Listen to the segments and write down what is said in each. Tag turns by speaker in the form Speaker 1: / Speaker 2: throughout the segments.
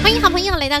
Speaker 1: 欢迎好朋友来到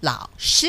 Speaker 2: 老师。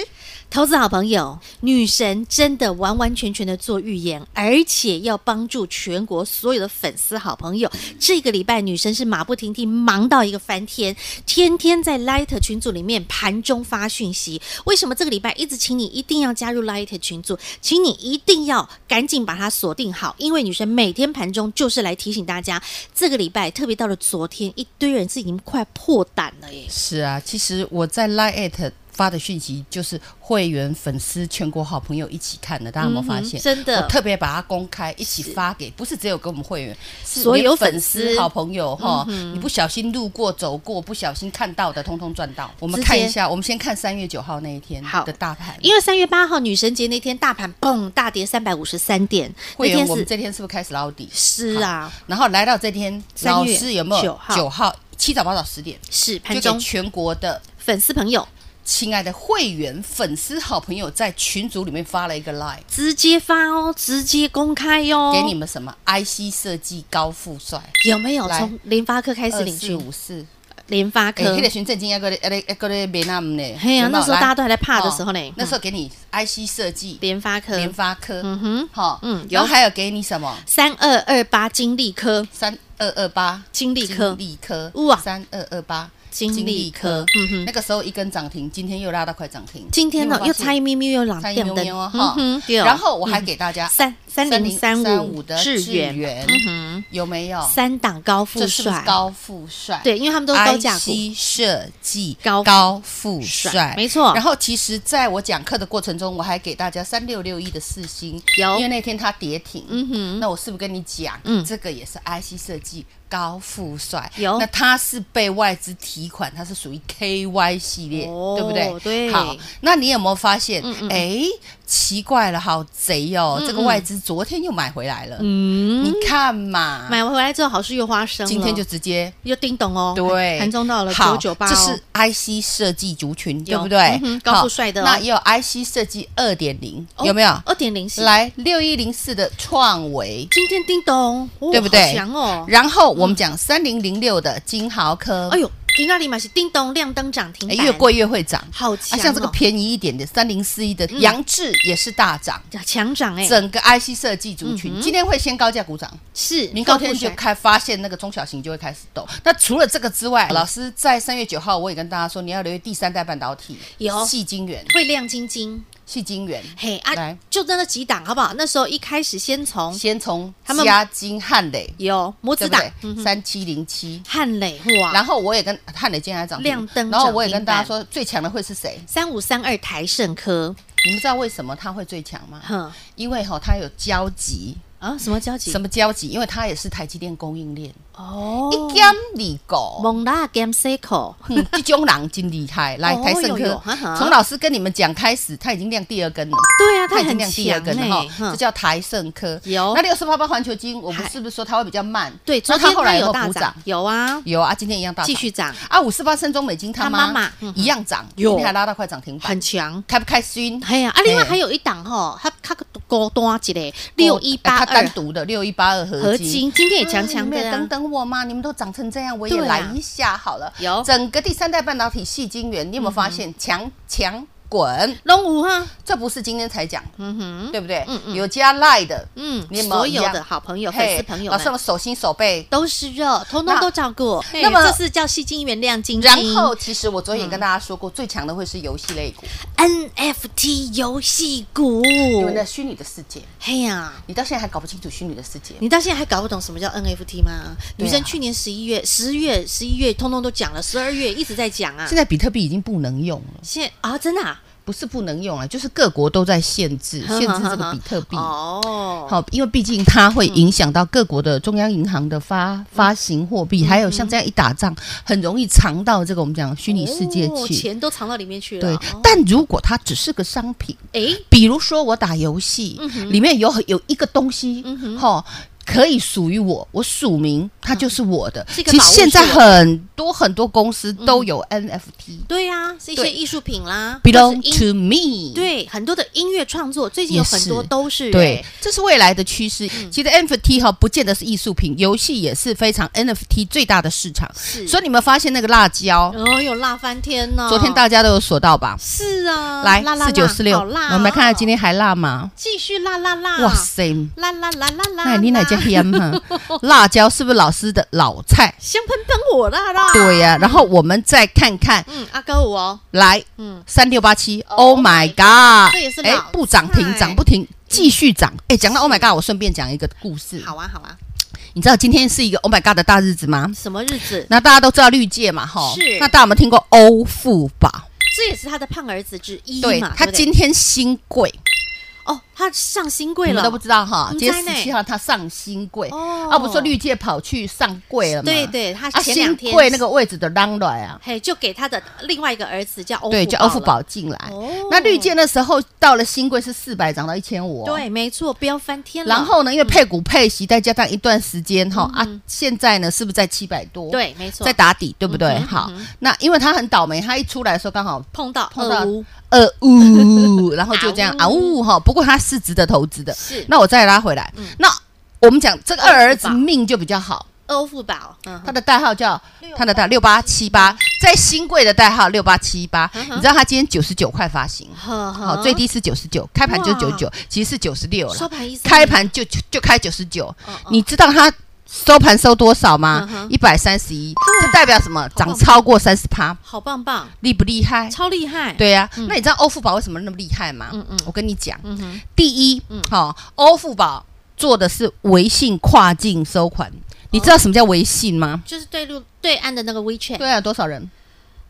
Speaker 1: 投资好朋友，女神真的完完全全的做预言，而且要帮助全国所有的粉丝好朋友。这个礼拜女神是马不停蹄，忙到一个翻天，天天在 Light 群组里面盘中发讯息。为什么这个礼拜一直请你一定要加入 Light 群组？请你一定要赶紧把它锁定好，因为女神每天盘中就是来提醒大家，这个礼拜特别到了昨天，一堆人是已经快破胆了耶。
Speaker 2: 是啊，其实我在 Line at 发的讯息就是会员、粉丝、全国好朋友一起看的，大家有没有发现？
Speaker 1: 嗯哼真的
Speaker 2: 我特别把它公开一起发给，不是只有给我们会员，是
Speaker 1: 所有
Speaker 2: 连
Speaker 1: 粉
Speaker 2: 粉
Speaker 1: 丝
Speaker 2: 丝、嗯好朋友哈。你不小心路过、走过，不小心看到的，通通赚到。我们
Speaker 1: 直接
Speaker 2: 看一下，我们先看三月九号那一天
Speaker 1: 好
Speaker 2: 的大盘。
Speaker 1: 因为三月八号女神节那天，大盘砰大跌三百五十三点，那
Speaker 2: 会员，
Speaker 1: 天
Speaker 2: 我们
Speaker 1: 是
Speaker 2: 这天是不是开始捞底？
Speaker 1: 是啊，
Speaker 2: 然后来到这天，
Speaker 1: 3
Speaker 2: 老
Speaker 1: 月
Speaker 2: 师有没有
Speaker 1: 9号
Speaker 2: 九号七早八早十点，
Speaker 1: 是盘
Speaker 2: 就给
Speaker 1: 中
Speaker 2: 全国的
Speaker 1: 粉丝朋友
Speaker 2: 亲爱的会员、粉丝、好朋友在群组里面发了一个 line，、
Speaker 1: 直接发哦，直接公开哦，
Speaker 2: 给你们什么 IC 设计高富帅
Speaker 1: 有没有
Speaker 2: 来
Speaker 1: 从联发科开始领
Speaker 2: 四
Speaker 1: 取？
Speaker 2: 五四，
Speaker 1: 联发
Speaker 2: 哎，
Speaker 1: 科
Speaker 2: 那个群正经要个要个要个没那么呢，
Speaker 1: 嘿呀
Speaker 2: 有没有
Speaker 1: 那时候
Speaker 2: 来
Speaker 1: 大家都还在怕的时候呢
Speaker 2: 哦
Speaker 1: 嗯
Speaker 2: 那时候给你 IC 设计、
Speaker 1: 联发科
Speaker 2: 联发科，
Speaker 1: 嗯哼
Speaker 2: 好，
Speaker 1: 嗯
Speaker 2: 嗯，
Speaker 1: 有
Speaker 2: 然后还有给你什么
Speaker 1: 三二二八金利科
Speaker 2: 三二二八
Speaker 1: 金利科
Speaker 2: 金利科，
Speaker 1: 哇
Speaker 2: 三二二八
Speaker 1: 金利科嗯哼
Speaker 2: 那个时候一根涨停，今天又拉到快涨停，
Speaker 1: 今天呢
Speaker 2: 你有
Speaker 1: 又
Speaker 2: 没有发现
Speaker 1: 差一咪咪又朗
Speaker 2: 差一
Speaker 1: 亮
Speaker 2: 喵
Speaker 1: 灯，
Speaker 2: 喵哦哈
Speaker 1: 嗯哼，对哦
Speaker 2: 然后我还给大家
Speaker 1: 嗯三三零三五
Speaker 2: 3035的
Speaker 1: 智源嗯
Speaker 2: 源，有没有？
Speaker 1: 三档高富
Speaker 2: 这是不是
Speaker 1: 帅，
Speaker 2: 高富帅？
Speaker 1: 对，因为他们都是高价股，
Speaker 2: IC 设计
Speaker 1: 高
Speaker 2: 高富
Speaker 1: 帅
Speaker 2: 帅，
Speaker 1: 没错
Speaker 2: 然后其实在我讲课的过程中，我还给大家三六六一的四星，
Speaker 1: 有
Speaker 2: 因为那天它跌停，嗯哼，那我是不是跟你讲，
Speaker 1: 嗯
Speaker 2: 这个也是 IC 设计高富帅，
Speaker 1: 有
Speaker 2: 那它是被外资提款，它是属于 KY 系列，
Speaker 1: 哦
Speaker 2: 对不对？
Speaker 1: 对嗯
Speaker 2: 好，那你有没有发现，哎，奇怪了，好贼哦，这个外资昨天又买回来了，嗯，你看嘛，
Speaker 1: 买回来之后好事又花生了，
Speaker 2: 今天就直接
Speaker 1: 又叮咚哦，
Speaker 2: 对，
Speaker 1: 盘中到了
Speaker 2: 好
Speaker 1: 九九八，哦
Speaker 2: 这是 IC 设计族群，
Speaker 1: 有
Speaker 2: 对不对
Speaker 1: 嗯？哼
Speaker 2: 好
Speaker 1: 高富帅的哦
Speaker 2: 那也有 IC 设计二点零，有没有？
Speaker 1: 二点零？2.04
Speaker 2: 来六一零四的创维，
Speaker 1: 今天叮咚，哦
Speaker 2: 对不对
Speaker 1: 好强哦！
Speaker 2: 然后我们讲三零零六的金豪科，
Speaker 1: 哎呦，今那里买是叮咚亮灯涨停
Speaker 2: 哎
Speaker 1: 板，
Speaker 2: 越贵越会涨。
Speaker 1: 好
Speaker 2: 啊，
Speaker 1: 强哦，
Speaker 2: 像这个便宜一点的三零四一的杨志也是大涨，
Speaker 1: 强涨哎，嗯
Speaker 2: 整个 IC 设计族群今天会先高价股涨，
Speaker 1: 是
Speaker 2: 明
Speaker 1: 高
Speaker 2: 后
Speaker 1: 富
Speaker 2: 天就
Speaker 1: 帅
Speaker 2: 开发现那个中小型就会开始动。那除了这个之
Speaker 1: 嗯
Speaker 2: 外，老师在三月九号我也跟大家说，你要留意第三代半导体，
Speaker 1: 有
Speaker 2: 细晶圆，
Speaker 1: 会亮晶晶，
Speaker 2: 细晶圆，
Speaker 1: 嘿啊
Speaker 2: 来，
Speaker 1: 就在那几档好不好？那时候一开始先从
Speaker 2: 先从
Speaker 1: 嗯他们
Speaker 2: 嘉金汉磊，
Speaker 1: 有母
Speaker 2: 对
Speaker 1: 子
Speaker 2: 不
Speaker 1: 档
Speaker 2: 对？三七零七，
Speaker 1: 汉磊
Speaker 2: 然
Speaker 1: 哇，
Speaker 2: 后我也跟汉磊今天还涨停
Speaker 1: 亮灯
Speaker 2: 然后我也跟
Speaker 1: 涨停板
Speaker 2: 大家说，最强的会是谁？
Speaker 1: 三五三二台盛科，
Speaker 2: 你们知道为什么他会最强吗？
Speaker 1: 哼
Speaker 2: 因为哈，它有交集，
Speaker 1: 啊，什么交集？
Speaker 2: 什么交集？因为它也是台积电供应链，
Speaker 1: 哦
Speaker 2: 一减二狗。
Speaker 1: 蒙拉 Game Cycle
Speaker 2: 嗯，这种人真厉害，来
Speaker 1: 哦
Speaker 2: 台盛
Speaker 1: 有有
Speaker 2: 科
Speaker 1: 哈哈，
Speaker 2: 从老师跟你们讲开始，他已经亮第二根了，
Speaker 1: 对啊，
Speaker 2: 他
Speaker 1: 它
Speaker 2: 已经
Speaker 1: 很
Speaker 2: 亮第二
Speaker 1: 强
Speaker 2: 根了
Speaker 1: 哎，
Speaker 2: 哈，
Speaker 1: 哼
Speaker 2: 这叫台盛科。
Speaker 1: 有
Speaker 2: 那六四八八环球金，我
Speaker 1: 嗨
Speaker 2: 们是不是说它会比较慢？
Speaker 1: 对，昨
Speaker 2: 那它
Speaker 1: 天
Speaker 2: 后
Speaker 1: 它
Speaker 2: 来有
Speaker 1: 有
Speaker 2: 没
Speaker 1: 大
Speaker 2: 有补
Speaker 1: 涨
Speaker 2: 涨？，
Speaker 1: 有啊，
Speaker 2: 有啊，今天一样大涨
Speaker 1: 继续涨，
Speaker 2: 啊，五四八深中美金他
Speaker 1: 他妈妈嗯
Speaker 2: 一样涨，
Speaker 1: 有
Speaker 2: 今天还拉到快涨停板
Speaker 1: 很，强。
Speaker 2: 开不开心？
Speaker 1: 哎呀，啊，另外
Speaker 2: 嘿哦
Speaker 1: 还有一档吼，它它个高端一嘞，六一八
Speaker 2: 哎它
Speaker 1: 二
Speaker 2: 单独的六一八二合
Speaker 1: 合
Speaker 2: 金。
Speaker 1: 金，今天也强强
Speaker 2: 哎你
Speaker 1: 的
Speaker 2: 们
Speaker 1: 啊
Speaker 2: 等等我嘛，你们都涨成这样，我也
Speaker 1: 对啊
Speaker 2: 来一下好了。
Speaker 1: 有嗯
Speaker 2: 整个第三代半导体细晶圆，你有没有发现强强滚？
Speaker 1: 龙五哈，
Speaker 2: 这不是今天才讲，
Speaker 1: 嗯哼，
Speaker 2: 对不对
Speaker 1: 嗯？嗯
Speaker 2: 有加赖的，
Speaker 1: 嗯
Speaker 2: 你，有没有
Speaker 1: 所
Speaker 2: 一
Speaker 1: 有
Speaker 2: 样
Speaker 1: 的好朋友、粉
Speaker 2: 嘿
Speaker 1: 丝朋友
Speaker 2: 老师我
Speaker 1: 们
Speaker 2: 们手心手背。
Speaker 1: 都是肉，通通
Speaker 2: 那
Speaker 1: 都照顾。
Speaker 2: 嘿
Speaker 1: 那么
Speaker 2: 这
Speaker 1: 这是叫吸金原亮晶晶，
Speaker 2: 然后，其实我昨天也跟大家说过，最强的会是游戏类股，
Speaker 1: NFT 游戏股，
Speaker 2: 因为那虚拟的世界，
Speaker 1: 嘿呀。
Speaker 2: 你到现在还搞不清楚虚拟的世界。
Speaker 1: 你到现在还搞不懂什么叫 NFT 吗？
Speaker 2: 对
Speaker 1: 女
Speaker 2: 啊
Speaker 1: 生去年十一月、十月、十一月，通通都讲了，十二月一直在讲啊。
Speaker 2: 现在比特币已经不能用了，
Speaker 1: 现在啊，真的啊，
Speaker 2: 不是不能用啊，就是各国都在限制限制这个比特币。
Speaker 1: 哦，
Speaker 2: 好，因为毕竟它会影响到各国的中央银行的发、
Speaker 1: 嗯
Speaker 2: 发行货币，还有像这样一打仗，很容易藏到这个我们讲虚拟世界
Speaker 1: 哦
Speaker 2: 去。
Speaker 1: 钱都藏到里面去了。
Speaker 2: 对啊
Speaker 1: 哦，
Speaker 2: 但如果它只是个商品，
Speaker 1: 诶，
Speaker 2: 比如说我打游戏，里面有有一个东西，哈、可以属于我，我署名它就是我的。
Speaker 1: 是一个
Speaker 2: 其实
Speaker 1: 保护
Speaker 2: 现在
Speaker 1: 色
Speaker 2: 很多很多公司都有 NFT，、
Speaker 1: 对呀，是一些
Speaker 2: 对
Speaker 1: 艺术品啦
Speaker 2: belong
Speaker 1: 或是音
Speaker 2: to me。
Speaker 1: 对很多的音乐创作，最近有
Speaker 2: 也是
Speaker 1: 很多都是
Speaker 2: 对，嗯这是未来的趋势。其实 NFT 哈，不见得是艺术品，游戏也是非常 NFT 最大的市场。
Speaker 1: 是
Speaker 2: 所以你们发现那个辣椒，
Speaker 1: 哦，有辣翻天呢、
Speaker 2: 昨天大家都有锁到吧？
Speaker 1: 是啊，
Speaker 2: 来
Speaker 1: 辣，辣
Speaker 2: 四九四六，
Speaker 1: 好辣、
Speaker 2: 我们来看看今
Speaker 1: 天
Speaker 2: 天还辣吗？
Speaker 1: 继续辣辣辣，
Speaker 2: 哇，塞！
Speaker 1: 辣辣辣辣辣，
Speaker 2: 那你哪家
Speaker 1: 辣
Speaker 2: 香哈？ 辣椒是不是老师的老菜？
Speaker 1: 香喷喷火辣辣，
Speaker 2: 对呀、然后我们再看看，
Speaker 1: 嗯，阿哥我哦，
Speaker 2: 来，
Speaker 1: 嗯，
Speaker 2: 三六八七
Speaker 1: Oh
Speaker 2: ，Oh
Speaker 1: my
Speaker 2: my God，
Speaker 1: 这也是老
Speaker 2: 哎
Speaker 1: 菜嗯
Speaker 2: 不涨停，涨不停，继续涨。哎，讲到 Oh my God，我顺便讲一个故事。
Speaker 1: 好啊好啊，
Speaker 2: 你知道今天是一个 Oh my God 的大日子吗？
Speaker 1: 什么日子？
Speaker 2: 那大家都知道绿界嘛，哈，
Speaker 1: 是
Speaker 2: 那大家有没有听过欧富宝？
Speaker 1: 这也是他的胖儿子之一
Speaker 2: 对
Speaker 1: 嘛，，
Speaker 2: 它
Speaker 1: 对不对
Speaker 2: 今天新贵，
Speaker 1: 哦，他上新贵
Speaker 2: 你们
Speaker 1: 了，
Speaker 2: 都不知道哈。
Speaker 1: 不
Speaker 2: 今
Speaker 1: 知
Speaker 2: 天
Speaker 1: 道呢
Speaker 2: 十七号它上新贵，
Speaker 1: 哦
Speaker 2: 啊，不是说绿界跑去上柜了吗？
Speaker 1: 对对，他
Speaker 2: 啊，
Speaker 1: 前两
Speaker 2: 新
Speaker 1: 天
Speaker 2: 贵那个位置的让来啊，
Speaker 1: 嘿，就给他的另外一个儿子叫欧
Speaker 2: 对，叫欧富
Speaker 1: 了，
Speaker 2: 宝进来。
Speaker 1: 哦
Speaker 2: 那绿界那时候到了新贵是四百涨到一千五，。哦
Speaker 1: 对，嗯没错，飙翻天了，
Speaker 2: 然后呢，因为配股配息，再加上一段时间哈啊，现在呢是不是在七百多？，
Speaker 1: 嗯对，没错，嗯
Speaker 2: 在打底，对不对？好，那因为它很倒霉，它一出来的时候刚好
Speaker 1: 碰到
Speaker 2: 碰到
Speaker 1: 俄乌
Speaker 2: 呃呜，然后就这样
Speaker 1: 啊
Speaker 2: 啊
Speaker 1: 呜
Speaker 2: 呜哈。不过它是值得投资的。
Speaker 1: 是嗯
Speaker 2: 那我再拉回来，那我们讲这个二儿子
Speaker 1: 二十八
Speaker 2: 命就比较好，
Speaker 1: 欧富宝，嗯哼
Speaker 2: 他的代号叫他的代六八七八，在新贵的代号六八七八。
Speaker 1: 嗯
Speaker 2: 你知道他今天九十九块发行，
Speaker 1: 呵呵
Speaker 2: 好，最低是九十九，开盘就九九
Speaker 1: 嗯哇，
Speaker 2: 其实是九十六
Speaker 1: 收
Speaker 2: 了，
Speaker 1: 盘一三
Speaker 2: 开盘就就就开九十九
Speaker 1: 哦。
Speaker 2: 你知道他收盘收多少
Speaker 1: 嗯
Speaker 2: 吗
Speaker 1: 哼？
Speaker 2: 一百三十一，这代表什么？
Speaker 1: 棒
Speaker 2: 涨超过三十趴，
Speaker 1: 好棒棒，
Speaker 2: 厉不厉害？
Speaker 1: 超厉害，，
Speaker 2: 对呀、那你知道欧富宝为什么那么厉害吗？
Speaker 1: 嗯嗯
Speaker 2: 我跟你讲，
Speaker 1: 嗯哼，
Speaker 2: 第一，好、欧富宝做的是微信跨境收款，你知道什么叫微信吗？
Speaker 1: 就是对路对岸的那个 WeChat
Speaker 2: 对啊，多少人？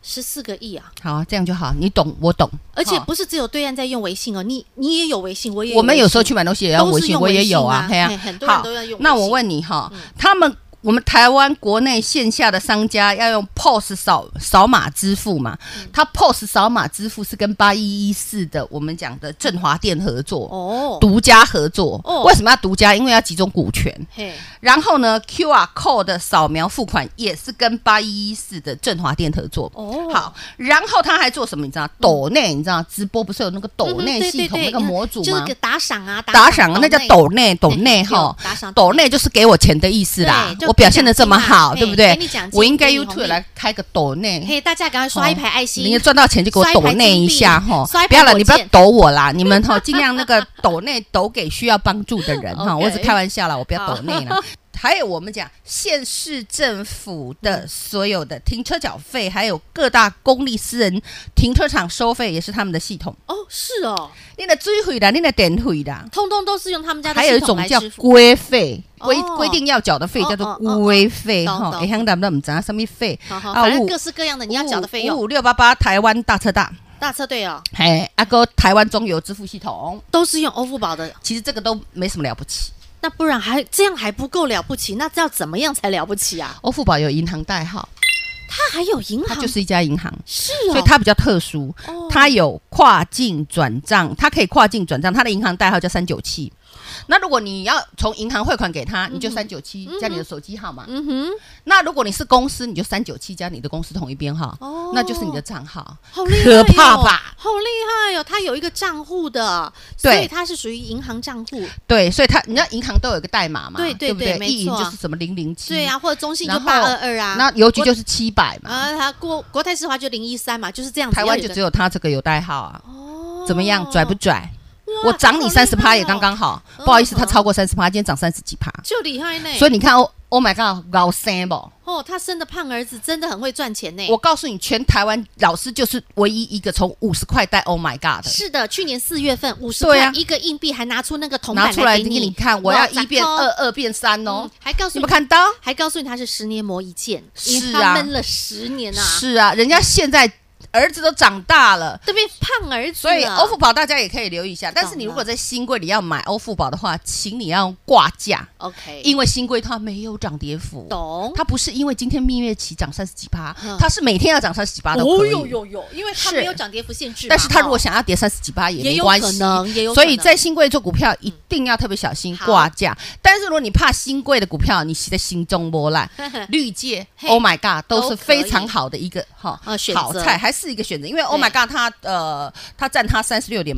Speaker 1: 十四个亿啊，
Speaker 2: 好，这样就好，你懂，我懂。
Speaker 1: 而且
Speaker 2: 好
Speaker 1: 不是只有对岸在用微信哦，你你也有微信，我也
Speaker 2: 我们有时候
Speaker 1: 微信
Speaker 2: 去买东西也要
Speaker 1: 都是
Speaker 2: 微信，
Speaker 1: 用
Speaker 2: 我
Speaker 1: 微
Speaker 2: 也
Speaker 1: 信
Speaker 2: 有
Speaker 1: 啊
Speaker 2: 啊，嘿
Speaker 1: 嘿
Speaker 2: 呀
Speaker 1: 很。多人
Speaker 2: 好
Speaker 1: 都要用，
Speaker 2: 那
Speaker 1: 微
Speaker 2: 我
Speaker 1: 信嗯
Speaker 2: 问你哈，他们我们台湾国内线下的商家要用 POS 扫扫码支付嘛？
Speaker 1: 嗯
Speaker 2: 他 POS 扫码支付是跟八一一四的我们讲的振华店合作，
Speaker 1: 哦，
Speaker 2: 独家合作
Speaker 1: 哦。
Speaker 2: 为什么要独家？因为要集中股权。
Speaker 1: 嘿，
Speaker 2: 然后呢，QR code 的扫描付款也是跟八一一四的振华店合作。
Speaker 1: 哦
Speaker 2: 好，然后他还做什么？你知道抖内，你知道直播不是有那个抖
Speaker 1: 嗯哼
Speaker 2: 内
Speaker 1: 对
Speaker 2: 系统
Speaker 1: 对对
Speaker 2: 那个模组
Speaker 1: 就是
Speaker 2: 吗
Speaker 1: 个？打赏啊，
Speaker 2: 打赏啊，那叫
Speaker 1: 内
Speaker 2: 抖内，抖 内
Speaker 1: 对
Speaker 2: 哈
Speaker 1: 对打赏，抖
Speaker 2: 抖
Speaker 1: 内
Speaker 2: 内就是给我钱的意思啦
Speaker 1: 啊对就。
Speaker 2: 我表现的这么好，
Speaker 1: 给奖金嘛嘿
Speaker 2: 对不对
Speaker 1: 给你奖？金
Speaker 2: 我应该
Speaker 1: 给你红
Speaker 2: YouTube
Speaker 1: 利
Speaker 2: 来开个抖内，
Speaker 1: 嘿，大家赶快刷一排爱
Speaker 2: 哦你
Speaker 1: 心
Speaker 2: 也，赚到钱就给我
Speaker 1: 刷一
Speaker 2: 抖
Speaker 1: 排
Speaker 2: 内
Speaker 1: 金
Speaker 2: 一
Speaker 1: 币
Speaker 2: 下哈
Speaker 1: 刷一排。
Speaker 2: 不要了，
Speaker 1: 火
Speaker 2: 你不要
Speaker 1: 箭
Speaker 2: 抖我 啦，你们哈尽量那个抖内抖给需要帮助的人 哈。
Speaker 1: OK
Speaker 2: 我只开玩笑啦，我不要抖内 啦。还有我们讲县市政府的所有的停车缴费，还有各大公立私人停车场收费也是他们的系统。
Speaker 1: 哦，是哦，
Speaker 2: 你的追回啦，你的点回啦。
Speaker 1: 通通都是用他们家的
Speaker 2: 还有
Speaker 1: 系统
Speaker 2: 一种
Speaker 1: 来
Speaker 2: 叫
Speaker 1: 支付，
Speaker 2: 规费，
Speaker 1: 哦
Speaker 2: 规规定要缴的费
Speaker 1: 哦
Speaker 2: 叫
Speaker 1: 哦
Speaker 2: 做
Speaker 1: 哦
Speaker 2: 规费
Speaker 1: 懂
Speaker 2: 哈。
Speaker 1: 懂
Speaker 2: 哎，香港都唔知啊，什么费
Speaker 1: 好好，反正
Speaker 2: 五
Speaker 1: 各式各样的你要缴的费
Speaker 2: 五
Speaker 1: 用，
Speaker 2: 五六八八台湾大车大，
Speaker 1: 大车队哦，
Speaker 2: 嘿，阿哥台湾中油支付系统，
Speaker 1: 都是用欧付宝的，
Speaker 2: 其实这个都没什么了不起。
Speaker 1: 那不然还这样还不够了不起，那这要怎么样才了不起啊？
Speaker 2: 欧付宝有银行 代号，
Speaker 1: 它还有银
Speaker 2: 它
Speaker 1: 行，
Speaker 2: 就是一家银行，
Speaker 1: 是
Speaker 2: 所以
Speaker 1: 哦，
Speaker 2: 它比较特殊
Speaker 1: 哦，
Speaker 2: 它有跨境转账，它可以跨境转账，它的银行代号叫三九七。那如果你要从银行汇款给他，你就三九七加你的手机号码。
Speaker 1: 嗯哼，
Speaker 2: 那如果你是公司，你就三九七加你的公司同一编号，
Speaker 1: 哦
Speaker 2: 那就是你的账号。
Speaker 1: 好厉害、哦
Speaker 2: 可怕吧？
Speaker 1: 好厉害哦！它有一个账户的，所
Speaker 2: 对
Speaker 1: 以它是属于银行账户。
Speaker 2: 对，所以它你知道银行都有一个代码嘛，
Speaker 1: 对对
Speaker 2: 对不
Speaker 1: 对没
Speaker 2: 意
Speaker 1: 错
Speaker 2: 银
Speaker 1: 啊
Speaker 2: 就是什么零零七，
Speaker 1: 对啊，或者中信就
Speaker 2: 嗯然后
Speaker 1: 八二二啊，
Speaker 2: 那邮局就是七百嘛，
Speaker 1: 啊，它国国泰世华就零一三嘛，就是这样子。
Speaker 2: 台湾就
Speaker 1: 要有一
Speaker 2: 只
Speaker 1: 个
Speaker 2: 有它这个有代号啊，
Speaker 1: 哦
Speaker 2: 怎么样，拽不拽？
Speaker 1: 哇
Speaker 2: 我涨你
Speaker 1: 好厉害
Speaker 2: 三十趴
Speaker 1: 哦
Speaker 2: 也刚刚好，
Speaker 1: 嗯
Speaker 2: 不好意思，它超过三十趴，今天涨三十几趴，
Speaker 1: 就厉害呢。
Speaker 2: 所
Speaker 1: 以
Speaker 2: 以你看，Oh Oh my God，老三不？
Speaker 1: 哦，他生的胖儿子真的很会赚钱呢。
Speaker 2: 我告诉你，全台湾老师就是唯一一个从五十块带 Oh my God 的，
Speaker 1: 是的，去年四月份五十
Speaker 2: 对
Speaker 1: 块
Speaker 2: 啊
Speaker 1: 一个硬币，还拿出那个铜
Speaker 2: 拿
Speaker 1: 板
Speaker 2: 出来
Speaker 1: 给
Speaker 2: 给
Speaker 1: 你
Speaker 2: 你看，我要
Speaker 1: 哇
Speaker 2: 一变
Speaker 1: 砸
Speaker 2: 二
Speaker 1: 扣，
Speaker 2: 二变三哦
Speaker 1: 嗯，还告诉
Speaker 2: 你
Speaker 1: 你
Speaker 2: 们看到？
Speaker 1: 还告诉你他是十年磨一剑，
Speaker 2: 是啊
Speaker 1: 因为他闷了十年啊。
Speaker 2: 是啊，人家现在儿子都长大了。
Speaker 1: 这边胖儿子了，啊
Speaker 2: 所以欧付宝大家也可以留意一下，但是你
Speaker 1: 懂了
Speaker 2: 如果在新贵里要买欧付宝的话，请你要挂价，
Speaker 1: OK，
Speaker 2: 因为新贵它没有涨跌幅，
Speaker 1: 懂
Speaker 2: 它不是因为今天蜜月期涨三十几趴
Speaker 1: 嗯，
Speaker 2: 它是每天要涨三十几趴都
Speaker 1: 哦
Speaker 2: 可以。
Speaker 1: 有有有，因为它
Speaker 2: 是
Speaker 1: 没有涨跌幅限制嘛，
Speaker 2: 但是它如果
Speaker 1: 哦
Speaker 2: 想要跌三十几趴也
Speaker 1: 也
Speaker 2: 没
Speaker 1: 有
Speaker 2: 关
Speaker 1: 可
Speaker 2: 系，
Speaker 1: 能，也有可
Speaker 2: 所
Speaker 1: 能
Speaker 2: 以在新贵做股票一定要特别小心
Speaker 1: 好
Speaker 2: 挂价。但是如果你怕新贵的股票，你在心中 波澜，绿界
Speaker 1: 嘿
Speaker 2: ，Oh my God，
Speaker 1: 都
Speaker 2: 都是
Speaker 1: 可以
Speaker 2: 非常好的一个哈
Speaker 1: 啊选择
Speaker 2: 好菜，还是一个选择。因为 Oh my
Speaker 1: 对
Speaker 2: God，它呃，它占它三十六点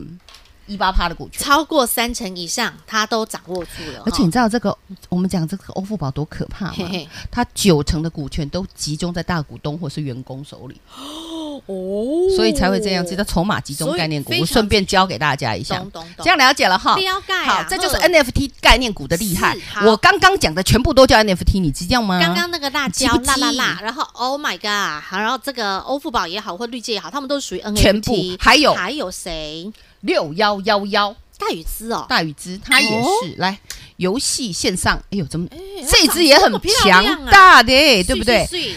Speaker 2: 一八趴的股权。
Speaker 1: 超过三成以上，它都掌握住了，
Speaker 2: 而且
Speaker 1: 哈
Speaker 2: 你知道这个，我们讲这个欧付宝多可怕
Speaker 1: 嘿
Speaker 2: 吗？
Speaker 1: 嘿
Speaker 2: 它九成的股权都集中在大股东或是员工手里，
Speaker 1: 哦
Speaker 2: 所以才会这样，这叫筹码集中
Speaker 1: 所以
Speaker 2: 概念股。
Speaker 1: 非
Speaker 2: 我
Speaker 1: 常
Speaker 2: 顺便教给大家一下
Speaker 1: 懂，懂懂，
Speaker 2: 这样了解了哈。
Speaker 1: 了解啊
Speaker 2: 好，这就是
Speaker 1: 嗯
Speaker 2: NFT 概念股的厉害
Speaker 1: 是好。
Speaker 2: 我刚刚讲的全部都叫 NFT，你知道吗？
Speaker 1: 刚刚那个辣椒
Speaker 2: 嗯你记不记
Speaker 1: 辣辣辣，然后 Oh my God，好，然后这个欧付宝也好，或绿界也好，他们都是属于 NFT，
Speaker 2: 全部还有
Speaker 1: 还有谁？
Speaker 2: 六幺幺幺
Speaker 1: 戴宇姿哦，
Speaker 2: 大禹之，它也
Speaker 1: 哦
Speaker 2: 是来游戏线上。哎呦，怎么
Speaker 1: 它
Speaker 2: 这一只也很
Speaker 1: 长得这么漂亮
Speaker 2: 强
Speaker 1: 啊
Speaker 2: 大的，对不对？
Speaker 1: 碎碎碎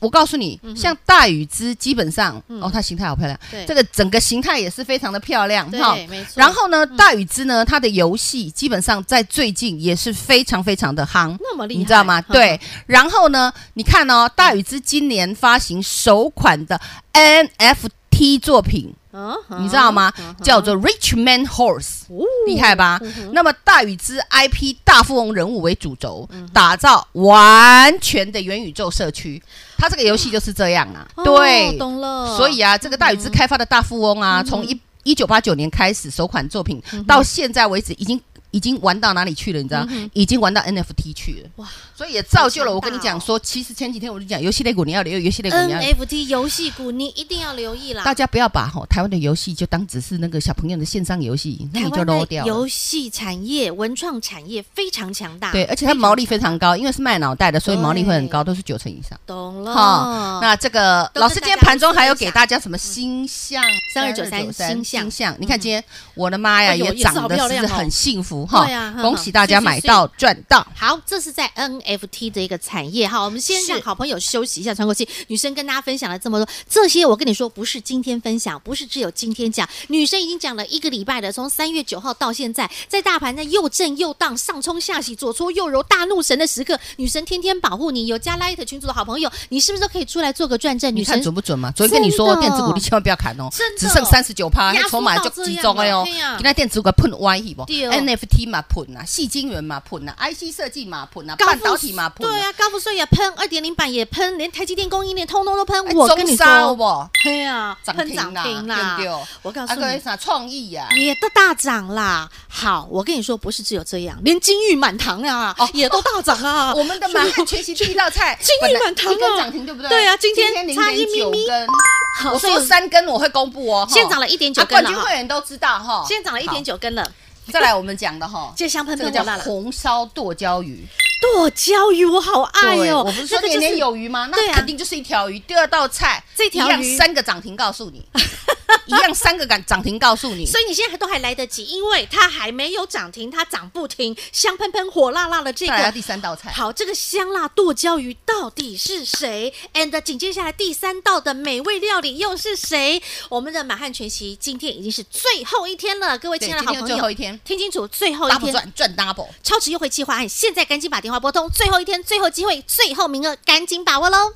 Speaker 2: 我告诉你，像大禹之基本上哦，它形态好漂亮
Speaker 1: 嗯对，
Speaker 2: 这个整个形态也是非常的漂亮哈。
Speaker 1: 对，嗯没错。
Speaker 2: 嗯然后呢，大禹之呢，它的游戏基本上在最近也是非常非常的夯。
Speaker 1: 那么厉害，嗯
Speaker 2: 你知道吗？
Speaker 1: 哈，
Speaker 2: 对，然后呢？你看哦，大禹之今年发行首款的 NFT 作品，
Speaker 1: 嗯哼
Speaker 2: 你知道吗
Speaker 1: 嗯哼？
Speaker 2: 叫做 Rich Man Horse，
Speaker 1: 哦
Speaker 2: 厉害吧？那么大禹之 IP 大富翁人物为主轴，
Speaker 1: 嗯
Speaker 2: 打造完全的元宇宙社区。它这个游戏就是这样啊，
Speaker 1: 哦
Speaker 2: 对。
Speaker 1: 懂了。
Speaker 2: 所以啊，这个大禹之开发的大富翁
Speaker 1: 嗯
Speaker 2: 啊，从一一九八九年开始首款作品到现在为止，已经。已经玩到哪里去了？你知道，已经玩到 NFT 去了。
Speaker 1: 嗯哇
Speaker 2: 哇！所以也造就了我
Speaker 1: 好强大哦
Speaker 2: 跟
Speaker 1: 嗯
Speaker 2: 你讲说，其实前几天我就讲，游戏类股你要留意，游戏类股你要留意
Speaker 1: NFT 游戏股你一定要留意啦。
Speaker 2: 大家不要把吼台湾的游戏就当只是那个小朋友的线上游戏，那
Speaker 1: 台
Speaker 2: 你就
Speaker 1: 湾
Speaker 2: low
Speaker 1: 的
Speaker 2: 掉了。
Speaker 1: 游戏产业、文创产业非常强大，
Speaker 2: 对，，而且它毛利非常高，因为是卖脑袋的，所以毛利会很
Speaker 1: 对
Speaker 2: 高，都是九成以上。
Speaker 1: 懂了。
Speaker 2: 哈，那这个
Speaker 1: 哦都跟
Speaker 2: 老师今天
Speaker 1: 大家
Speaker 2: 盘中还有
Speaker 1: 分享嗯
Speaker 2: 给大家什么星象
Speaker 1: 3293星象嗯
Speaker 2: 你看今天我的妈呀，
Speaker 1: 哎呦
Speaker 2: 也
Speaker 1: 也是
Speaker 2: 涨
Speaker 1: 好
Speaker 2: 的
Speaker 1: 漂
Speaker 2: 是
Speaker 1: 亮哦
Speaker 2: 很幸福哈
Speaker 1: 对啊，
Speaker 2: 恭喜大家
Speaker 1: 是是
Speaker 2: 买
Speaker 1: 是
Speaker 2: 到赚到。
Speaker 1: 好，这是在 NFT 的一个产业哈。我们先
Speaker 2: 是
Speaker 1: 让好朋友休息一下，喘口气。女生跟大家分享了这么多，这些我跟你说，不是今天分享，不是只有今天讲。女生已经讲了一个礼拜的，从三月九号到现在，在大盘在又震又荡、上冲下洗、左搓右揉、大怒神的时刻，女神天天保护你。有加 Light 群组的好朋友，你是不是都可以出来做个转正？
Speaker 2: 你
Speaker 1: 女
Speaker 2: 看
Speaker 1: 神
Speaker 2: 准不准嘛？昨天跟你
Speaker 1: 真
Speaker 2: 说
Speaker 1: 的
Speaker 2: 电子股你千万不要砍哦
Speaker 1: 真的，
Speaker 2: 只剩三十九趴，
Speaker 1: 压
Speaker 2: 那
Speaker 1: 缩
Speaker 2: 筹码就
Speaker 1: 到这
Speaker 2: 集
Speaker 1: 样
Speaker 2: 中了
Speaker 1: 了
Speaker 2: 哟
Speaker 1: 嘿呀。
Speaker 2: 今天电子股喷歪去不
Speaker 1: 对哦
Speaker 2: ？NFT 嘛喷啊，细晶圆嘛喷啊，IC 设计嘛喷啊，
Speaker 1: 高富
Speaker 2: 半导体嘛喷
Speaker 1: 对
Speaker 2: 啊，
Speaker 1: 啊，高富帅也喷，二点零版也喷，连台积电供应链通通都喷。
Speaker 2: 哎
Speaker 1: 我跟你
Speaker 2: 中沙有
Speaker 1: 说，
Speaker 2: 无？
Speaker 1: 嘿啊，
Speaker 2: 涨
Speaker 1: 喷
Speaker 2: 停
Speaker 1: 涨
Speaker 2: 啦，
Speaker 1: 停
Speaker 2: 对
Speaker 1: 啦！
Speaker 2: 不对？
Speaker 1: 我告诉
Speaker 2: 啊，各位啊
Speaker 1: 你。
Speaker 2: 啥创意呀？
Speaker 1: 也都大涨啦！好，我跟你说，不是只有这样，连金玉满堂啊，
Speaker 2: 哦
Speaker 1: 也都大涨 啊！
Speaker 2: 我们的满汉全席第一道菜，
Speaker 1: 金玉
Speaker 2: 本来
Speaker 1: 满堂啊
Speaker 2: 一根涨停对不对？
Speaker 1: 对啊今天差一
Speaker 2: 零点
Speaker 1: 咪
Speaker 2: 九
Speaker 1: 咪
Speaker 2: 根，
Speaker 1: 好
Speaker 2: 我
Speaker 1: 所以
Speaker 2: 说三根我会公布哦。哈
Speaker 1: 现在涨了1.9
Speaker 2: 啊
Speaker 1: 根
Speaker 2: 冠
Speaker 1: 了
Speaker 2: 军
Speaker 1: 哈
Speaker 2: 会员都知道哈。
Speaker 1: 现在涨了一点
Speaker 2: 九，
Speaker 1: 九根了，
Speaker 2: 再来我们讲的哈，
Speaker 1: 这香喷
Speaker 2: 这
Speaker 1: 喷
Speaker 2: 个
Speaker 1: 我
Speaker 2: 叫
Speaker 1: 辣了。
Speaker 2: 红烧剁椒鱼。
Speaker 1: 剁椒鱼我好爱
Speaker 2: 对
Speaker 1: 哦，
Speaker 2: 我不是
Speaker 1: 那
Speaker 2: 说
Speaker 1: 个
Speaker 2: 年
Speaker 1: 就
Speaker 2: 年
Speaker 1: 是
Speaker 2: 有余吗？
Speaker 1: 对
Speaker 2: 那
Speaker 1: 啊
Speaker 2: 肯定就是一条鱼。第二道菜，
Speaker 1: 这条
Speaker 2: 一样
Speaker 1: 鱼
Speaker 2: 三个涨停，告诉你， 一样三个涨涨停，告诉你。
Speaker 1: 所以你现在都还来得及，因为它还没有涨停，它涨不停，香喷喷、火辣辣的这
Speaker 2: 再来到
Speaker 1: 个
Speaker 2: 第三道菜，
Speaker 1: 好，这个香辣剁椒鱼到底是谁？and 紧接下来第三道的美味料理又是谁？我们的满汉全席今天已经是最后一天了，各位
Speaker 2: 对，
Speaker 1: 亲
Speaker 2: 今
Speaker 1: 爱的好朋
Speaker 2: 天就最后
Speaker 1: 友，
Speaker 2: 一天
Speaker 1: 听清楚，最后一天。
Speaker 2: ，double 赚赚 double。
Speaker 1: 超值优惠计划案，现在赶紧把电话拨通，最后一天，最后机会，最后名额，赶紧把握喽！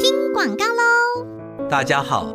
Speaker 1: 听广告喽。
Speaker 3: 大家好，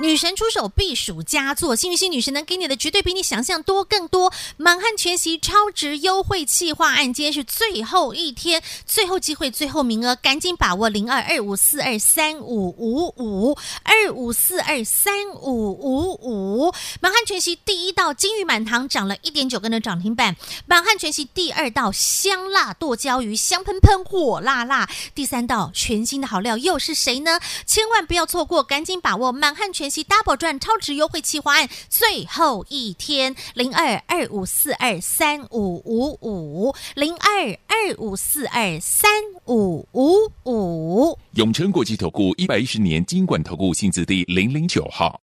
Speaker 1: 女神出手必属佳作，幸运星女神能给你的绝对比你想象多更多。满汉全席超值优惠计划案，今天是最后一天，最后机会，最后名额，赶紧把握零二二五四二三五五五二五四二三五五五。满汉全席第一道金玉满堂涨了一点九根的涨停板，满汉全席第二道香辣剁椒鱼香喷喷火辣辣，第三道全新的好料又是谁呢？千万不要错过，赶紧把握满汉全。息 Double 赚超值优惠企划案最后一天，零二二五四二三五五五，零二二五四二三五五五。
Speaker 4: 永诚国际投顾一百一十年金管投顾性质第零零九号。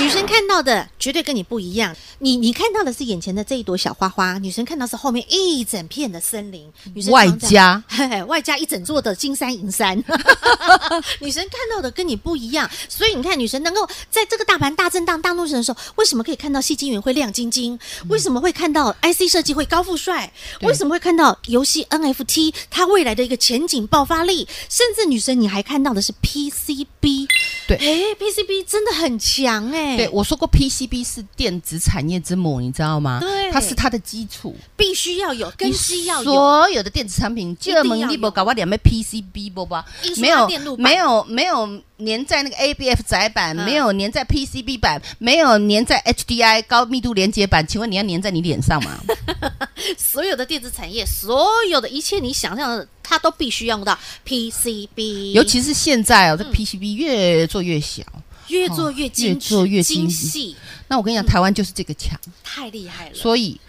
Speaker 1: 女生看到的绝对跟你不一样，你你看到的是眼前的这一朵小花花，女生看到是后面一整片的森林，女生
Speaker 2: 外
Speaker 1: 常在
Speaker 2: 加
Speaker 1: 嘿嘿，外加一整座的金山银山， 女神看到的跟你不一样，所以你看女神能够在这个大盘大震荡、大怒神的时候，为什么可以看到戏精元会亮晶晶？为什么会看到 IC 设计会高富帅？
Speaker 2: 嗯对
Speaker 1: 为什么会看到游戏 NFT 它未来的一个前景爆发力？甚至女神你还看到的是 PCB，
Speaker 2: 对
Speaker 1: 哎，PCB 真的很强哎、
Speaker 2: 对，我说过 PCB 是电子产业之母，你知道吗？
Speaker 1: 对
Speaker 2: 它是它的基础，
Speaker 1: 必须要有，根基要
Speaker 2: 你
Speaker 1: 有，
Speaker 2: 所有的电子产品，
Speaker 1: 定要
Speaker 2: 这门
Speaker 1: 有
Speaker 2: 你不搞我两枚 PCB 不吧
Speaker 1: 印？刷
Speaker 2: 没有
Speaker 1: 电路，板
Speaker 2: 没有，没有粘在那个 ABF 窄板，
Speaker 1: 嗯
Speaker 2: 没有粘在 PCB 板，没有粘在 HDI 高密度连接板。请问你要粘在你脸上吗？
Speaker 1: 嗯所有的电子产业，所有的一切你想象的，它都必须用到 PCB，
Speaker 2: 尤其是现在哦，
Speaker 1: 嗯
Speaker 2: 这 PCB 越做越小。
Speaker 1: 越做越精、
Speaker 2: 哦越做越
Speaker 1: 精
Speaker 2: 精
Speaker 1: 细，
Speaker 2: 那我跟你
Speaker 1: 嗯
Speaker 2: 讲，台湾就是这个强，
Speaker 1: 太厉害了。
Speaker 2: 所以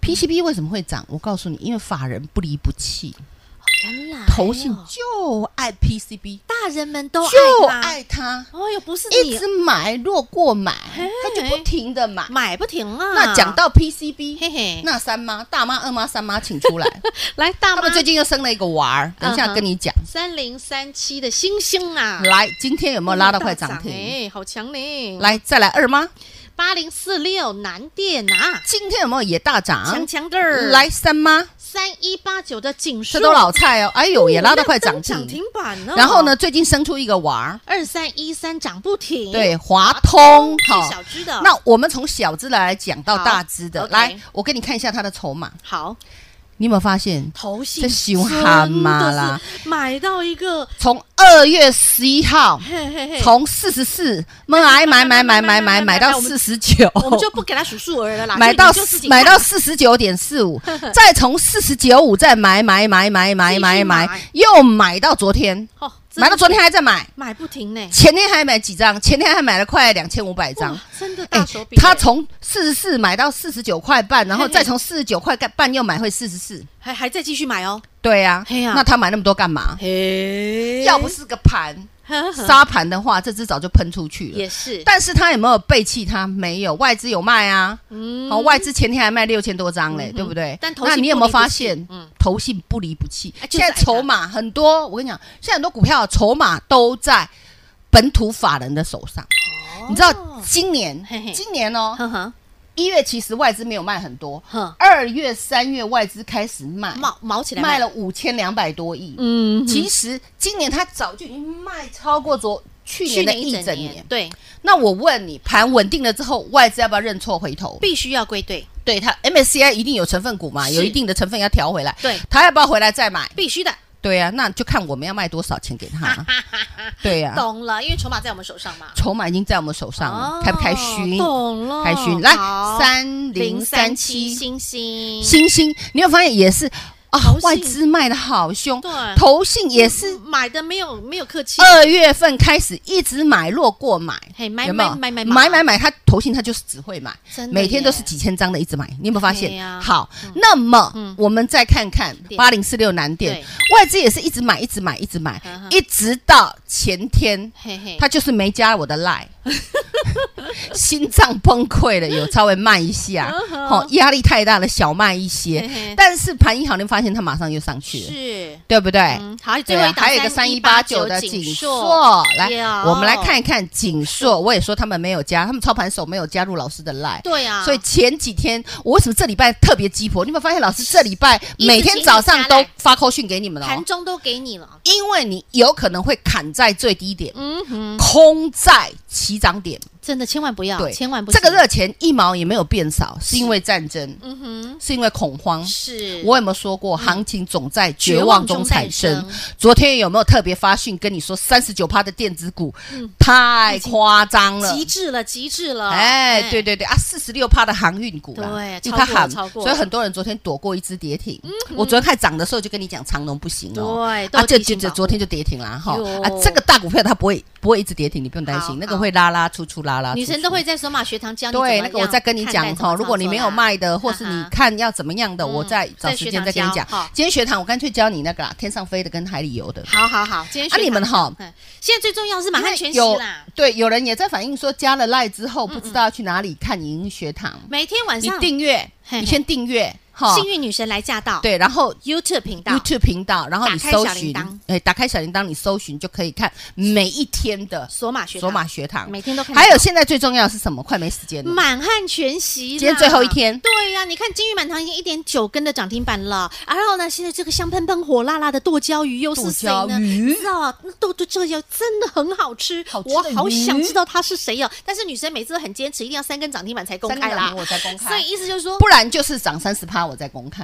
Speaker 2: PCB 为什么会涨？我告诉你，因为法人不离不弃，
Speaker 1: 原来
Speaker 2: 投信
Speaker 1: 哦
Speaker 2: 就爱 PCB，
Speaker 1: 大人们都爱
Speaker 2: 就
Speaker 1: 它
Speaker 2: 爱它。
Speaker 1: 哦哟，不是
Speaker 2: 一
Speaker 1: 你
Speaker 2: 直买，落过买，他就不停的买。
Speaker 1: 买不停啊。
Speaker 2: 那讲到
Speaker 1: 嘿
Speaker 2: PCB，
Speaker 1: 嘿，
Speaker 2: 那三妈、大妈、二妈、三妈，请出来。
Speaker 1: 来大
Speaker 2: 他
Speaker 1: 妈
Speaker 2: 们最近又生了一个娃儿，等一
Speaker 1: 嗯
Speaker 2: 下
Speaker 1: 哼
Speaker 2: 跟你讲。
Speaker 1: 三零三七的星星啊，
Speaker 2: 来，今天有没有拉到快涨停？
Speaker 1: 哎，好强呢！
Speaker 2: 嗯来，再来二妈，
Speaker 1: 八零四六南电啊，
Speaker 2: 今天有没有也大
Speaker 1: 强
Speaker 2: 涨？
Speaker 1: 强的儿
Speaker 2: 啊来三妈，
Speaker 1: 三一八九的景
Speaker 2: 这
Speaker 1: 顺，
Speaker 2: 都老菜哦。哎呦，也拉到快
Speaker 1: 亮
Speaker 2: 涨
Speaker 1: 灯涨停
Speaker 2: 停。哦
Speaker 1: 板呢。
Speaker 2: 然后呢，，最近生出一个娃儿，
Speaker 1: 二三一三涨不停，
Speaker 2: 对，华通
Speaker 1: 是
Speaker 2: 好
Speaker 1: 小。只的。
Speaker 2: 那我们从小只的来讲到
Speaker 1: 好
Speaker 2: 大只的，
Speaker 1: OK
Speaker 2: 来，我给你看一下它的筹码。
Speaker 1: 好，
Speaker 2: 你有没有发现
Speaker 1: 投信
Speaker 2: 这熊蛤蟆
Speaker 1: 真
Speaker 2: 啦
Speaker 1: 的是买到一个，
Speaker 2: 从二月十一号，
Speaker 1: 嘿嘿嘿，
Speaker 2: 从四十四买买买买买买买到四十九，
Speaker 1: 我们就不给他数数额了啦，
Speaker 2: 买到
Speaker 1: 就你就自己看
Speaker 2: 买到四十九点四五，再从四十九五再买买买买买买买，又买到昨天，
Speaker 1: 哦，真的
Speaker 2: 买到昨天还在买，
Speaker 1: 买不停呢，
Speaker 2: 前天还买几张，前天还买了快两千五百张
Speaker 1: 哇。，真的
Speaker 2: 哎
Speaker 1: 大手笔耶，
Speaker 2: 他从四十四买到四十九块半，然后
Speaker 1: 嘿嘿
Speaker 2: 再从四十九块半又买回四十四。
Speaker 1: 还还在继续买哦，
Speaker 2: 对呀、
Speaker 1: 嘿呀
Speaker 2: 那他买那么多干嘛？
Speaker 1: 嘿
Speaker 2: 要不是个盘沙盘的话，这只早就喷出去了。
Speaker 1: 也是，
Speaker 2: 但是他有没有背弃它？没有，外资有卖啊。
Speaker 1: 嗯
Speaker 2: 哦，外资前天还卖六千多张嘞，对不对？
Speaker 1: 但投信
Speaker 2: 那你有没有发
Speaker 1: 不
Speaker 2: 现
Speaker 1: 离不弃嗯，
Speaker 2: 投信不离不弃
Speaker 1: 哎？就是
Speaker 2: 现在
Speaker 1: 爱它
Speaker 2: 筹码很多，我跟你讲，现在很多股票筹码都在本土法人的手上。你知道今年
Speaker 1: 哦嘿嗯嘿，
Speaker 2: 今年哦，
Speaker 1: 哼哼
Speaker 2: 一月其实外资没有卖很多
Speaker 1: 哼，
Speaker 2: 二月、三月外资开始卖，
Speaker 1: 毛毛嗯起来
Speaker 2: 卖了，五千两百多亿。
Speaker 1: 嗯，
Speaker 2: 其实今年它早就已经卖超过昨去
Speaker 1: 去
Speaker 2: 年的
Speaker 1: 年
Speaker 2: 一
Speaker 1: 一
Speaker 2: 整
Speaker 1: 整
Speaker 2: 年
Speaker 1: 年，。对，
Speaker 2: 那我问你，盘稳定了之后，外资要不要认错回头？
Speaker 1: 必须要归队，
Speaker 2: 对它 MSCI 一定有成分股嘛，
Speaker 1: 是
Speaker 2: 有一定的成分要调回来。
Speaker 1: 对
Speaker 2: 它要不要回来再买？
Speaker 1: 必须的，
Speaker 2: 对啊，那就看我们要卖多少钱给 他。对呀、啊，
Speaker 1: 懂了，因为筹码在我们手上嘛，
Speaker 2: 筹码已经在我们手上了，
Speaker 1: 哦
Speaker 2: 开不开心？
Speaker 1: 懂了，
Speaker 2: 开心。来，
Speaker 1: 好
Speaker 2: 三零三
Speaker 1: 0037
Speaker 2: 七
Speaker 1: 星星，
Speaker 2: 星星，你有发现也是啊
Speaker 1: 投信，
Speaker 2: 外资卖的好凶
Speaker 1: 对，
Speaker 2: 投信也是
Speaker 1: 买的没有没有客气，
Speaker 2: 二月份开始一直买落过买，
Speaker 1: 嘿买
Speaker 2: 有没有
Speaker 1: 买买买
Speaker 2: 买买买，他投信他就是只会买
Speaker 1: 真，的
Speaker 2: 每天
Speaker 1: 耶
Speaker 2: 都是几千张的一直买，你有没有发
Speaker 1: 对
Speaker 2: 现
Speaker 1: 呀？
Speaker 2: 好，那么
Speaker 1: 嗯
Speaker 2: 我们再看看
Speaker 1: 对
Speaker 2: 八零四六南电
Speaker 1: 对，
Speaker 2: 外资也是一直买，一直买，一直买
Speaker 1: 嗯，哼
Speaker 2: 一直到前天，
Speaker 1: 嘿嘿，
Speaker 2: 他就是没加我的 line。心脏崩溃了，有稍微慢一下，好，压力太大了，小慢一
Speaker 1: 嗯嘿嘿
Speaker 2: 些。但是盘一好，你会发现它马上就上去了，
Speaker 1: 是，
Speaker 2: 对不对？
Speaker 1: 嗯，好，
Speaker 2: 对
Speaker 1: 最后一
Speaker 2: 啊，
Speaker 1: 档
Speaker 2: 还有一个三一八九的
Speaker 1: 景
Speaker 2: 锦
Speaker 1: 硕，
Speaker 2: 硕，来
Speaker 1: 有，
Speaker 2: 我们来看一看锦硕。我也说他们没有加，他们操盘手没有加入老师的 line。
Speaker 1: 对啊，
Speaker 2: 所以前几天我为什么这礼拜特别鸡婆？你有没有发现老师这礼拜
Speaker 1: 一直
Speaker 2: 每天早上
Speaker 1: 请你
Speaker 2: 都
Speaker 1: 加 line
Speaker 2: 发扣讯给你们了
Speaker 1: 盘
Speaker 2: 哦？
Speaker 1: 中都给你了，
Speaker 2: 因为你有可能会砍在最低点，
Speaker 1: 嗯哼，
Speaker 2: 空在起涨点。
Speaker 1: 真的千万不要，
Speaker 2: 对，
Speaker 1: 千万不
Speaker 2: 这个
Speaker 1: 行
Speaker 2: 热钱一毛也没有变少，是因为战争，
Speaker 1: 嗯哼，
Speaker 2: 是因为恐慌。
Speaker 1: 是
Speaker 2: 我有没有说过，行情总在
Speaker 1: 嗯
Speaker 2: 绝
Speaker 1: 绝
Speaker 2: 望
Speaker 1: 望
Speaker 2: 中
Speaker 1: 中
Speaker 2: 产
Speaker 1: 产
Speaker 2: 生
Speaker 1: 生？
Speaker 2: 昨天有没有特别发讯跟你说，三十九趴的电子股
Speaker 1: 嗯
Speaker 2: 太夸张了？
Speaker 1: 极致了，极致了，
Speaker 2: 哎，对对对啊，四十六趴的航运股啦，
Speaker 1: 对
Speaker 2: 因为它
Speaker 1: 超过了
Speaker 2: 航，
Speaker 1: 超过
Speaker 2: 所以
Speaker 1: 了嗯
Speaker 2: 很多人昨天躲过一只跌停。我昨天看涨的时候就跟你讲长龙不行哦，
Speaker 1: 对，都
Speaker 2: 啊，
Speaker 1: 有
Speaker 2: 这
Speaker 1: 提
Speaker 2: 就
Speaker 1: 醒
Speaker 2: 就
Speaker 1: 保
Speaker 2: 昨
Speaker 1: 护
Speaker 2: 天就跌停啦哈
Speaker 1: 哟
Speaker 2: 啊，这个大股票它不会不会一直跌停，你不用担
Speaker 1: 好
Speaker 2: 心，那个
Speaker 1: 好
Speaker 2: 会拉拉出出拉拉出出，
Speaker 1: 女生都会在索马学堂教你怎么
Speaker 2: 对，
Speaker 1: 样
Speaker 2: 那个我再跟你讲
Speaker 1: 看待怎
Speaker 2: 哈，
Speaker 1: 么啊
Speaker 2: 如果你没有卖的，或是
Speaker 1: 操作
Speaker 2: 你
Speaker 1: 啦
Speaker 2: 看要怎么样的，
Speaker 1: 嗯
Speaker 2: 我再找
Speaker 1: 在
Speaker 2: 时
Speaker 1: 学
Speaker 2: 间
Speaker 1: 堂
Speaker 2: 再跟你
Speaker 1: 教
Speaker 2: 讲
Speaker 1: 好。
Speaker 2: 今天学堂我干脆教你那个啦，天上飞的跟海里游的。
Speaker 1: 哈哈好好好，今天
Speaker 2: 啊，
Speaker 1: 学
Speaker 2: 你们
Speaker 1: 堂
Speaker 2: 哈，
Speaker 1: 嗯现在最重要的是马
Speaker 2: 因
Speaker 1: 汉
Speaker 2: 为
Speaker 1: 全席
Speaker 2: 有
Speaker 1: 啦，
Speaker 2: 对，有人也在反映说加了赖之后不知道要去哪里看影音学堂，
Speaker 1: 每天晚
Speaker 2: 你
Speaker 1: 上
Speaker 2: 订阅，
Speaker 1: 嘿嘿
Speaker 2: 你先订阅哈，
Speaker 1: 幸运女神来驾到，
Speaker 2: 哦对，然后
Speaker 1: YouTube 频道
Speaker 2: YouTube 频道，然后你
Speaker 1: 打开
Speaker 2: 搜
Speaker 1: 小
Speaker 2: 寻
Speaker 1: 铃铛，
Speaker 2: 哎，打开小铃铛，你搜寻就可以看每一天的
Speaker 1: 索马学堂
Speaker 2: 索马学堂，
Speaker 1: 每天啊都看得到，
Speaker 2: 还有现在最重要的是什么？快没时间了。
Speaker 1: 满汉全席啦，
Speaker 2: 今天最后一天
Speaker 1: 对啊呀、你看金玉满堂已经一点九根的涨停板了，啊然后呢，现在这个香喷喷、火辣辣的剁椒鱼又是谁
Speaker 2: 剁椒
Speaker 1: 呢？
Speaker 2: 鱼
Speaker 1: 你知道啊，那剁剁椒鱼真的很好吃，
Speaker 2: 好吃的
Speaker 1: 我好
Speaker 2: 鱼
Speaker 1: 想知道它是谁哦。但是女生每次都很坚持，一定要三根涨停板才公
Speaker 2: 三个
Speaker 1: 开
Speaker 2: 小
Speaker 1: 啦
Speaker 2: 时。我再公开，
Speaker 1: 所以意思就是说，
Speaker 2: 不然就是涨三十趴，我再公开。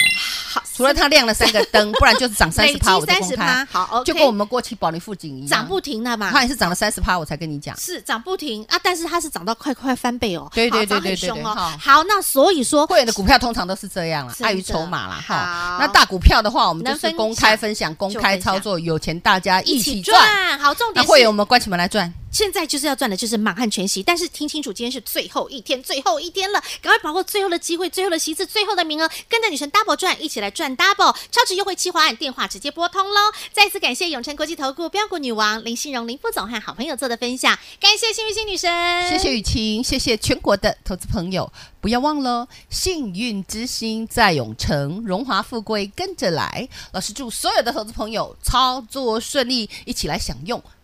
Speaker 1: 好，
Speaker 2: 除了它亮了三个灯，不然就是涨三
Speaker 1: 累
Speaker 2: 十
Speaker 1: 积
Speaker 2: 趴，我再
Speaker 1: 三
Speaker 2: 公
Speaker 1: 十
Speaker 2: 开
Speaker 1: 趴，。好，
Speaker 2: 就
Speaker 1: OK
Speaker 2: 跟我们过去保利富锦一样，
Speaker 1: 涨不哦停的嘛。
Speaker 2: 它也是涨了三十趴，我才跟你讲。
Speaker 1: 是涨不停啊，但是它是涨到快快翻倍哦，
Speaker 2: 对对
Speaker 1: 好
Speaker 2: 对
Speaker 1: 涨
Speaker 2: 对
Speaker 1: 很
Speaker 2: 对
Speaker 1: 凶
Speaker 2: 对
Speaker 1: 哦。
Speaker 2: 好
Speaker 1: 好，那所以说
Speaker 2: 会员的股票通常都是这样啦，
Speaker 1: 真的
Speaker 2: 碍于筹码啦哈
Speaker 1: 好。
Speaker 2: 那大股票的话，我们就
Speaker 1: 能
Speaker 2: 是
Speaker 1: 分
Speaker 2: 公开
Speaker 1: 享
Speaker 2: 分享、公
Speaker 1: 就
Speaker 2: 开
Speaker 1: 分享
Speaker 2: 操作，有钱大家一
Speaker 1: 一
Speaker 2: 起
Speaker 1: 起
Speaker 2: 赚。
Speaker 1: 赚，好，重
Speaker 2: 那
Speaker 1: 点
Speaker 2: 会员
Speaker 1: 是
Speaker 2: 我们关起门来赚，
Speaker 1: 现在就是要赚的就是满汉全席，但是听清楚，今天是最后一天，最后一天了，赶快把握最后的机会，最后的席次，最后的名额，跟着女神 double 赚，一起来赚 double 超值优惠计划案，电话直接拨通喽！再次感谢永诚国际投顾标股女王林信荣林副总和好朋友做的分享，感谢幸运星女神，
Speaker 2: 谢谢雨晴，谢谢全国的投资朋友，不要忘了，幸运之星在永城，荣华富贵跟着来。老师祝所有的投资朋友操作顺利，一起来享用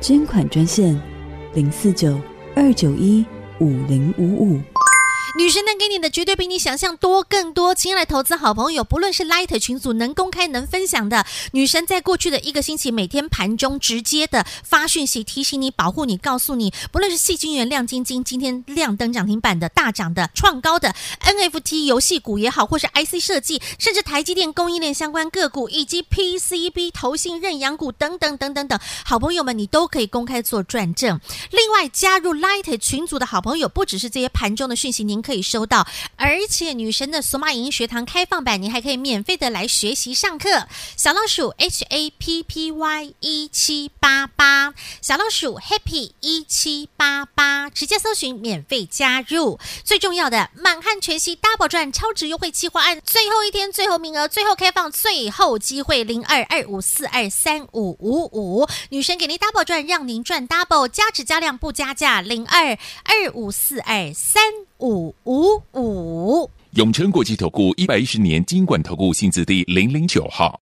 Speaker 5: 捐款专线：零四九二九一五零五五。
Speaker 1: 女神能给你的绝对比你想象多更多。亲爱的投资好朋友，不论是 Light 群组能公开能分享的，女神在过去的一个星期每天盘中直接的发讯息提醒你、保护你、告诉你，不论是细菌源、亮晶晶，今天亮灯涨停板的、大涨的、创高的 NFT 游戏股也好，或是 IC 设计，甚至台积电供应链相关个股，以及 PCB 投信认养股等等等等等，好朋友们你都可以公开做转正。另外，加入 Light 群组的好朋友，不只是这些盘中的讯息您可以收到，而且女神的索马影音学堂开放版，您还可以免费的来学习上课。小老鼠 H A P P Y 一七八八，小老鼠 Happy 一七八八，直接搜寻免费加入。最重要的，满汉全席 Double 赚超值优惠计划案，最后一天，最后名额，最后开放，最后机会零二二五四二三五五五，女神给您 Double 赚，让您赚 Double，加值加量不加价，零二二五四二三五五五。
Speaker 4: 永诚国际投顾一百一十年金管投顾性质第零零九号。